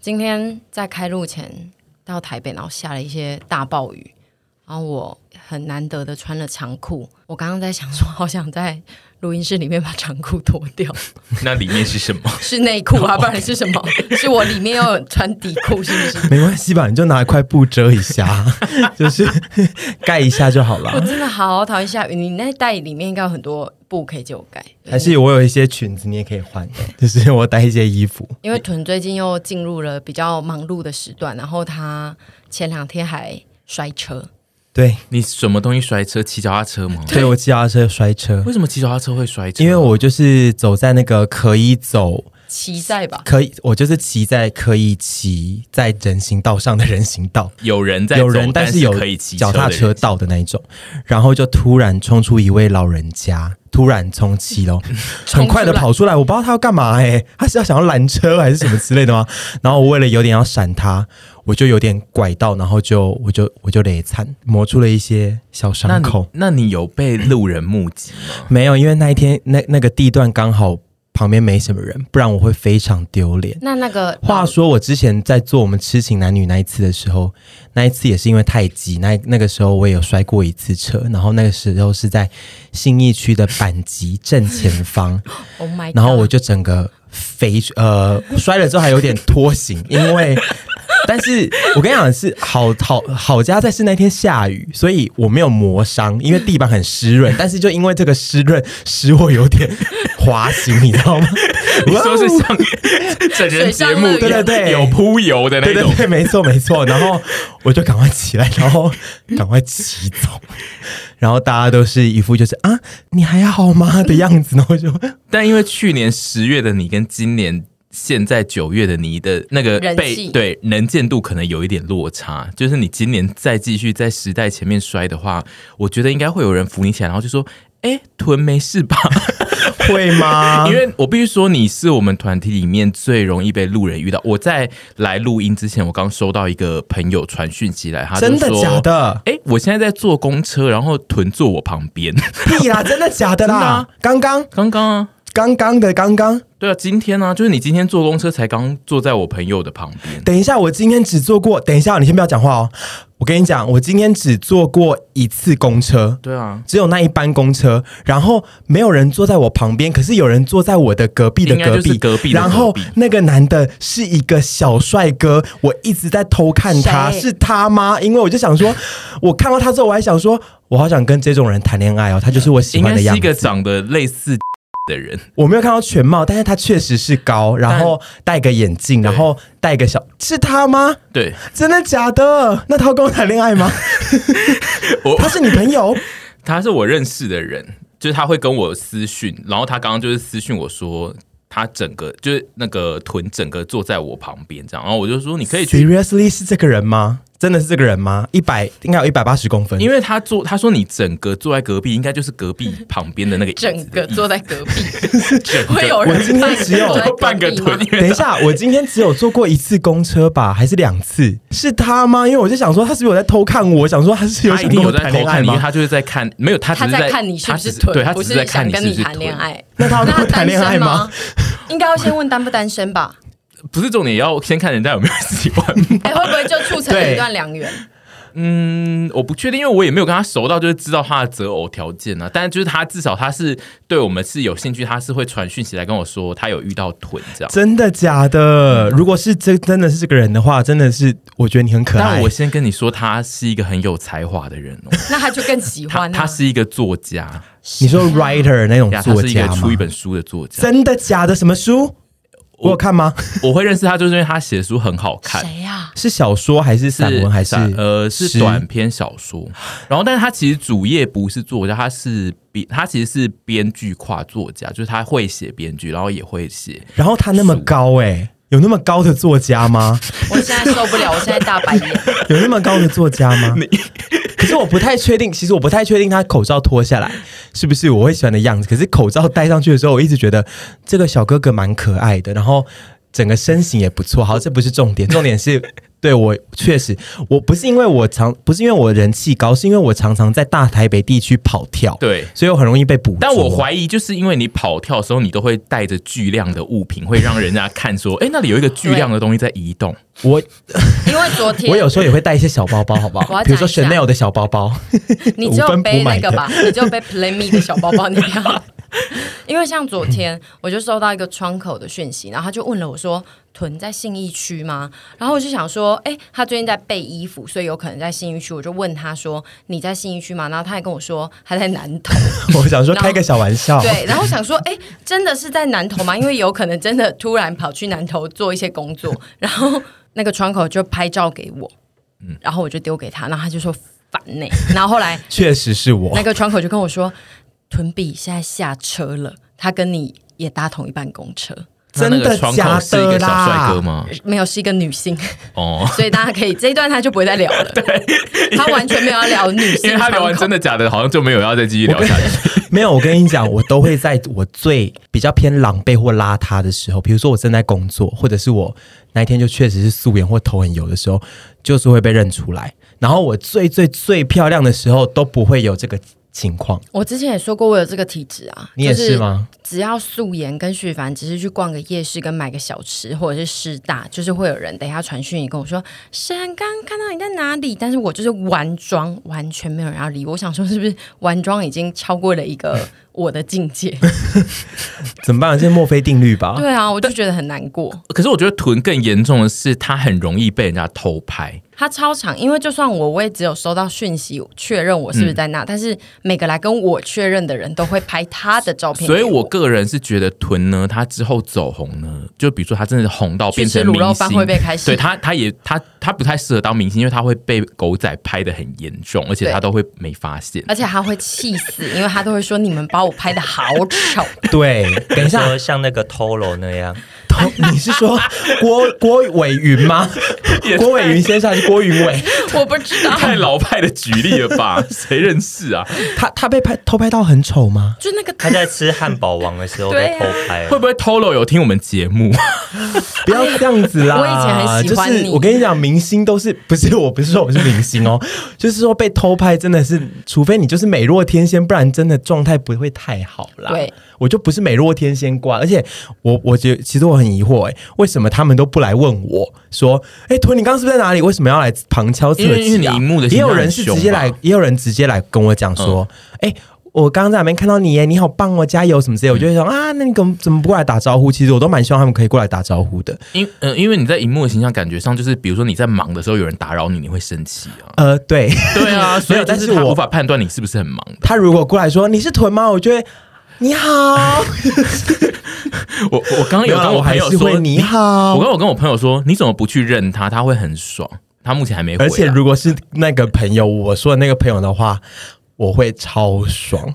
今天在开录前到台北，然后下了一些大暴雨，然后我很难得的穿了长裤。我刚刚在想说，好想在录音室里面把长裤脱 掉，那里面是什么？是内裤啊，不然是什么？是我里面又有穿底裤，是不是？ 没关系吧？你就拿一块布遮一下， 就是盖一下就好我了。真的好讨厌下雨，你那袋里面应该有很多布可以借我盖，还是我有一些裙子，你也可以换，就是我带一些衣服。因为屯最近又进入了比较忙碌的时段，然后他前两天还摔车，对， 你什么东西摔车？骑脚踏车吗？所以我骑脚踏车摔车为，什么骑脚踏车会摔车？因为我就是走在那个可以走，骑在吧，可以，我就是骑在可以骑在人行道上的人行道。有人在走，有人，但是有可以骑脚的踏人车道的那一种，然后就突然冲出一位老人家，突然从骑 楼很快的跑出来，我不知道他要干嘛哎、他是要想要拦车还是什么之类的吗？然后我为了有点要闪他，我就有点拐到，然后就我就我就累惨，磨出了一些小那伤你口。那你有被路人目击吗？没有，因为那一天那那个地段刚好旁边没什么人，不然我会非常丢脸。那那个话说，我之前在做我们痴情男女那一次的时候，那一次也是因为太急，那那个时候我也有摔过一次车，然后那个时候是在信义区的板急正前方， ，Oh my，God 然后我就整个飞出，呃，摔了之后还有点拖行，因为，但是我跟你讲是好好好家在是那天下雨，所以我没有磨伤，因为地板很湿润，但是就因为这个湿润，使我有点滑行，你知道吗？你说是像整人节目，水上乐园对对对有铺油的那对种对。对，没错没错。然后我就赶快起来，然后赶快骑走。然后大家都是一副就是啊，你还好吗的样子，然后我就但因为去年十月的你跟今年现在九月的你的那个人被气对能见度可能有一点落差，就是你今年再继续在时代前面摔的话，我觉得应该会有人扶你起来，然后就说：“哎，臀没事吧？”会吗？因为我必须说，你是我们团体里面最容易被路人遇到。我在来录音之前，我刚收到一个朋友传讯息来，他就真的说假？的？哎、我现在在坐公车，然后臀坐我旁边。屁啦，真的假的真的啦啊？刚刚刚刚啊，刚刚的刚刚，对啊，今天呢、啊，就是你今天坐公车才刚坐在我朋友的旁边。等一下，我今天只坐过。等一下，你先不要讲话哦。我跟你讲，我今天只坐过一次公车，对啊，只有那一班公车，然后没有人坐在我旁边，可是有人坐在我的隔壁的应隔该就壁，是隔壁的然隔后壁那个男的是一个小帅哥，我一直在偷看他，谁是他吗？因为我就想说，我看到他之后，我还想说，我好想跟这种人谈恋爱哦，他就是我喜应欢该的是样一子。个长得类似的人，我没有看到全貌，但是他确实是高，然后戴个眼镜，然后戴个小，是他吗？对真的假的？那他要跟我谈恋爱吗？ 我他是你朋友？他是我认识的人，就是他会跟我私讯，然后他刚刚就是私讯我说。他整个就是那个臀整个坐在我旁边这样，然后我就说你可以去 Seriously 是这个人吗？真的是这个人吗？一百应该有一百八十公分，因为他坐，他说你整个坐在隔壁，应该就是隔壁旁边的那个椅子整个坐在隔壁，整会有人我今天只有半个坐在隔半个壁臀吗， 等一下，我今天只有坐过一次公车吧，还是两次？是他吗？因为我就想说，他是不是有在偷看我？想说他是有他一想定跟有我在谈偷恋看爱你，因为吗？他就是在看，没有他只他是在在看你是不他是只臀，对他不只是在看想你跟是不你是谈恋臀，爱。那他要跟我谈单恋爱身吗？？应该要先问单不单身吧？不是重点，要先看人家有没有喜欢。哎、会不会就促成了对一段良缘？嗯，我不确定，因为我也没有跟他熟到就是知道他的择偶条件啊。但就是他至少他是对我们是有兴趣，他是会传讯息来跟我说他有遇到臀这样。真的假的？如果是真真的是这个人的话，真的是我觉得你很可但爱我。先跟你说，他是一个很有才华的人哦，那他就更喜 他欢、啊、他是一个作家，你说 writer 那种呀他作是一个家吗出一？本书的作家。真的假的？什么书？我有看吗？我会认识他，就是因为他写的书很好看。谁啊呀、是小说还是 散文还是散呃是诗短篇小说，然后但是他其实主业不是作家，他是编他其实是编剧跨作家，就是他会写编剧，然后也会写。然后他那么高哎、有那么高的作家吗？我现在受不了，我现在大白眼。有那么高的作家 吗？可是我不太确定，其实我不太确定他口罩脱下来是不是我会喜欢的样子。可是口罩戴上去的时候，我一直觉得这个小哥哥蛮可爱的，然后整个身形也不错。好，这不是 重点，重点是对我确实，我不是因为我常不是因为我人气高，是因为我常常在大台北地区跑跳，对所以我很容易被捕捉。但我怀疑，就是因为你跑跳的时候，你都会带着巨量的物品，会让人家看说，哎、那里有一个巨量的东西在移动。我因为昨天我有时候也会带一些小包包，好不我要好？比如说讲一下 Chanel 的小包包， 你五只有分不背那买个的吧，你只有背 Play Me 的小包包那样。 因为像昨天我就收到一个窗口的讯息，然后他就问了我说：“屯在信义区吗？”然后我就想说：“哎、他最近在备衣服，所以有可能在信义区。”我就问他说：“你在信义区吗？”然后他还跟我说他在南投。我想说然后开个小玩笑，对，然后想说：“哎、真的是在南投吗？因为有可能真的突然跑去南投做一些工作。”然后那个窗口就拍照给我，嗯然后我就丢给他，然后他就说。烦呢、然后后来确实是我那。个窗口就跟我说，屯比现在下车了，他跟你也搭同一班公车，真那那的个窗口是一个小假的啦帅哥吗？没有是一个女性， 哦，所以大家可以这一段他就不会再聊了，他完全没有要聊女性，因为他聊完真的。的假的，好像就没有要再继续聊下去。没有，我跟你讲，我都会在我最比较偏狼狈或邋遢的时候，比如说我正在工作，或者是我那一天就确实是素颜或头很油的时候，就是会被认出来。然后我最最最漂亮的时候都不会有这个情况。我之前也说过我有这个体质啊，你也是吗？只要素颜跟旭凡只是去逛个夜市跟买个小吃或者是师大，就是会有人等一下传讯你跟我说沈刚看到你在哪里，但是我就是完妆，完全没有人要理我。我想说是不是完妆已经超过了一个我的境界？怎么办？这是墨菲定律吧？对啊，我就觉得很难过。可是我觉得臀更严重的是，他很容易被人家偷拍。他超长，因为就算我，我也只有收到讯息确认我是不是在嗯那，但是每个来跟我确认的人都会拍他的照片给，所以我个人是觉得臀呢，他之后走红呢，就比如说他真的红到去变吃成卤肉明饭星，会被开始对他，他也他他不太适合当明星，因为他会被狗仔拍的很严重，而且对他都会没发现。而且他会气死，因为他都会说你们把我拍的好 丑。对，等一下，说像那个 Tolo 那样，头你是说郭郭伟云吗？郭伟云先生还是郭云伟？我不知道，太老派的举例了吧？谁认识啊？他他被拍偷拍到很丑吗？就那个他在吃汉堡王的时候对被啊偷拍，会不会 Tolo 有听我们节目？不要这样子啦！哎我以前很喜欢你就是我跟你讲，明星都是不是？我不是说我是明星哦， 就是说被偷拍真的是，除非你就是美若天仙，不然真的状态不会太好啦。对，我就不是美若天仙挂，而且我我觉得其实我很疑惑、诶，哎为什么他们都不来问我说，哎、屯你刚刚是不是在哪里？为什么要来旁敲侧击、因啊？为因为你荧幕的也形象有人是直接来很凶吧，也有人直接来跟我讲说，哎、我刚刚在那边看到你耶，你好棒哦，加油什么嗯之类的，我就会说啊，那你怎么怎么不过来打招呼？其实我都蛮希望他们可以过来打招呼的。因呃，因为你在荧幕的形象感觉上，就是比如说你在忙的时候有人打扰你，你会生气啊。呃，对 对啊，所没有以但但是是他我无法判断你是不是很忙。他如果过来说你是臀吗，我就会你好，我我刚刚 有跟没啊我我朋还友是说会你 好我。刚刚有跟我朋友说，你怎么不去认他？他会很爽。他目前还没回、啊。而且如果是那个朋友，我说的那个朋友的话，我会超 爽，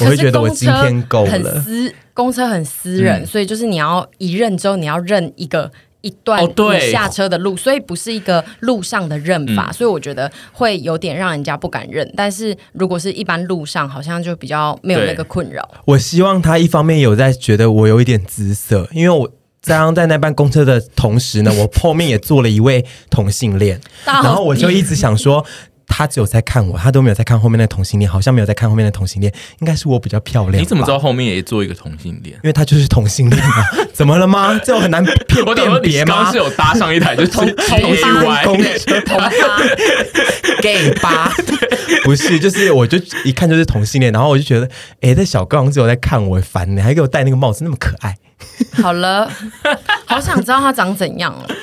我会觉得我今天够可是公车很了。嗯私公车很私人，所以就是你要一认之后，你要认一个一段哦对你下车的路，所以不是一个路上的认法，嗯所以我觉得会有点让人家不敢认。但是如果是一般路上，好像就比较没有对那个困扰。我希望他一方面有在觉得我有一点姿色，因为我。在刚在那班公车的同时呢，我后面也坐了一位同性恋，到底然后我就一直想说，他只有在看我，他都没有在看后面的同性恋，好像没有在看后面的同性恋，应该是我比较漂亮吧。你怎么知道后面也做一个同性恋？因为他就是同性恋嘛，怎么了吗？这种很难辨我等辨说你别刚吗刚是有搭上一台就是同同意发外，同对同发， ？gay 吧？不是，就是我就一看就是同性恋，然后我就觉得，哎、这小哥好像只有在看我，烦你，还给我戴那个帽子，那么可爱。好了，好想知道他长怎样哦。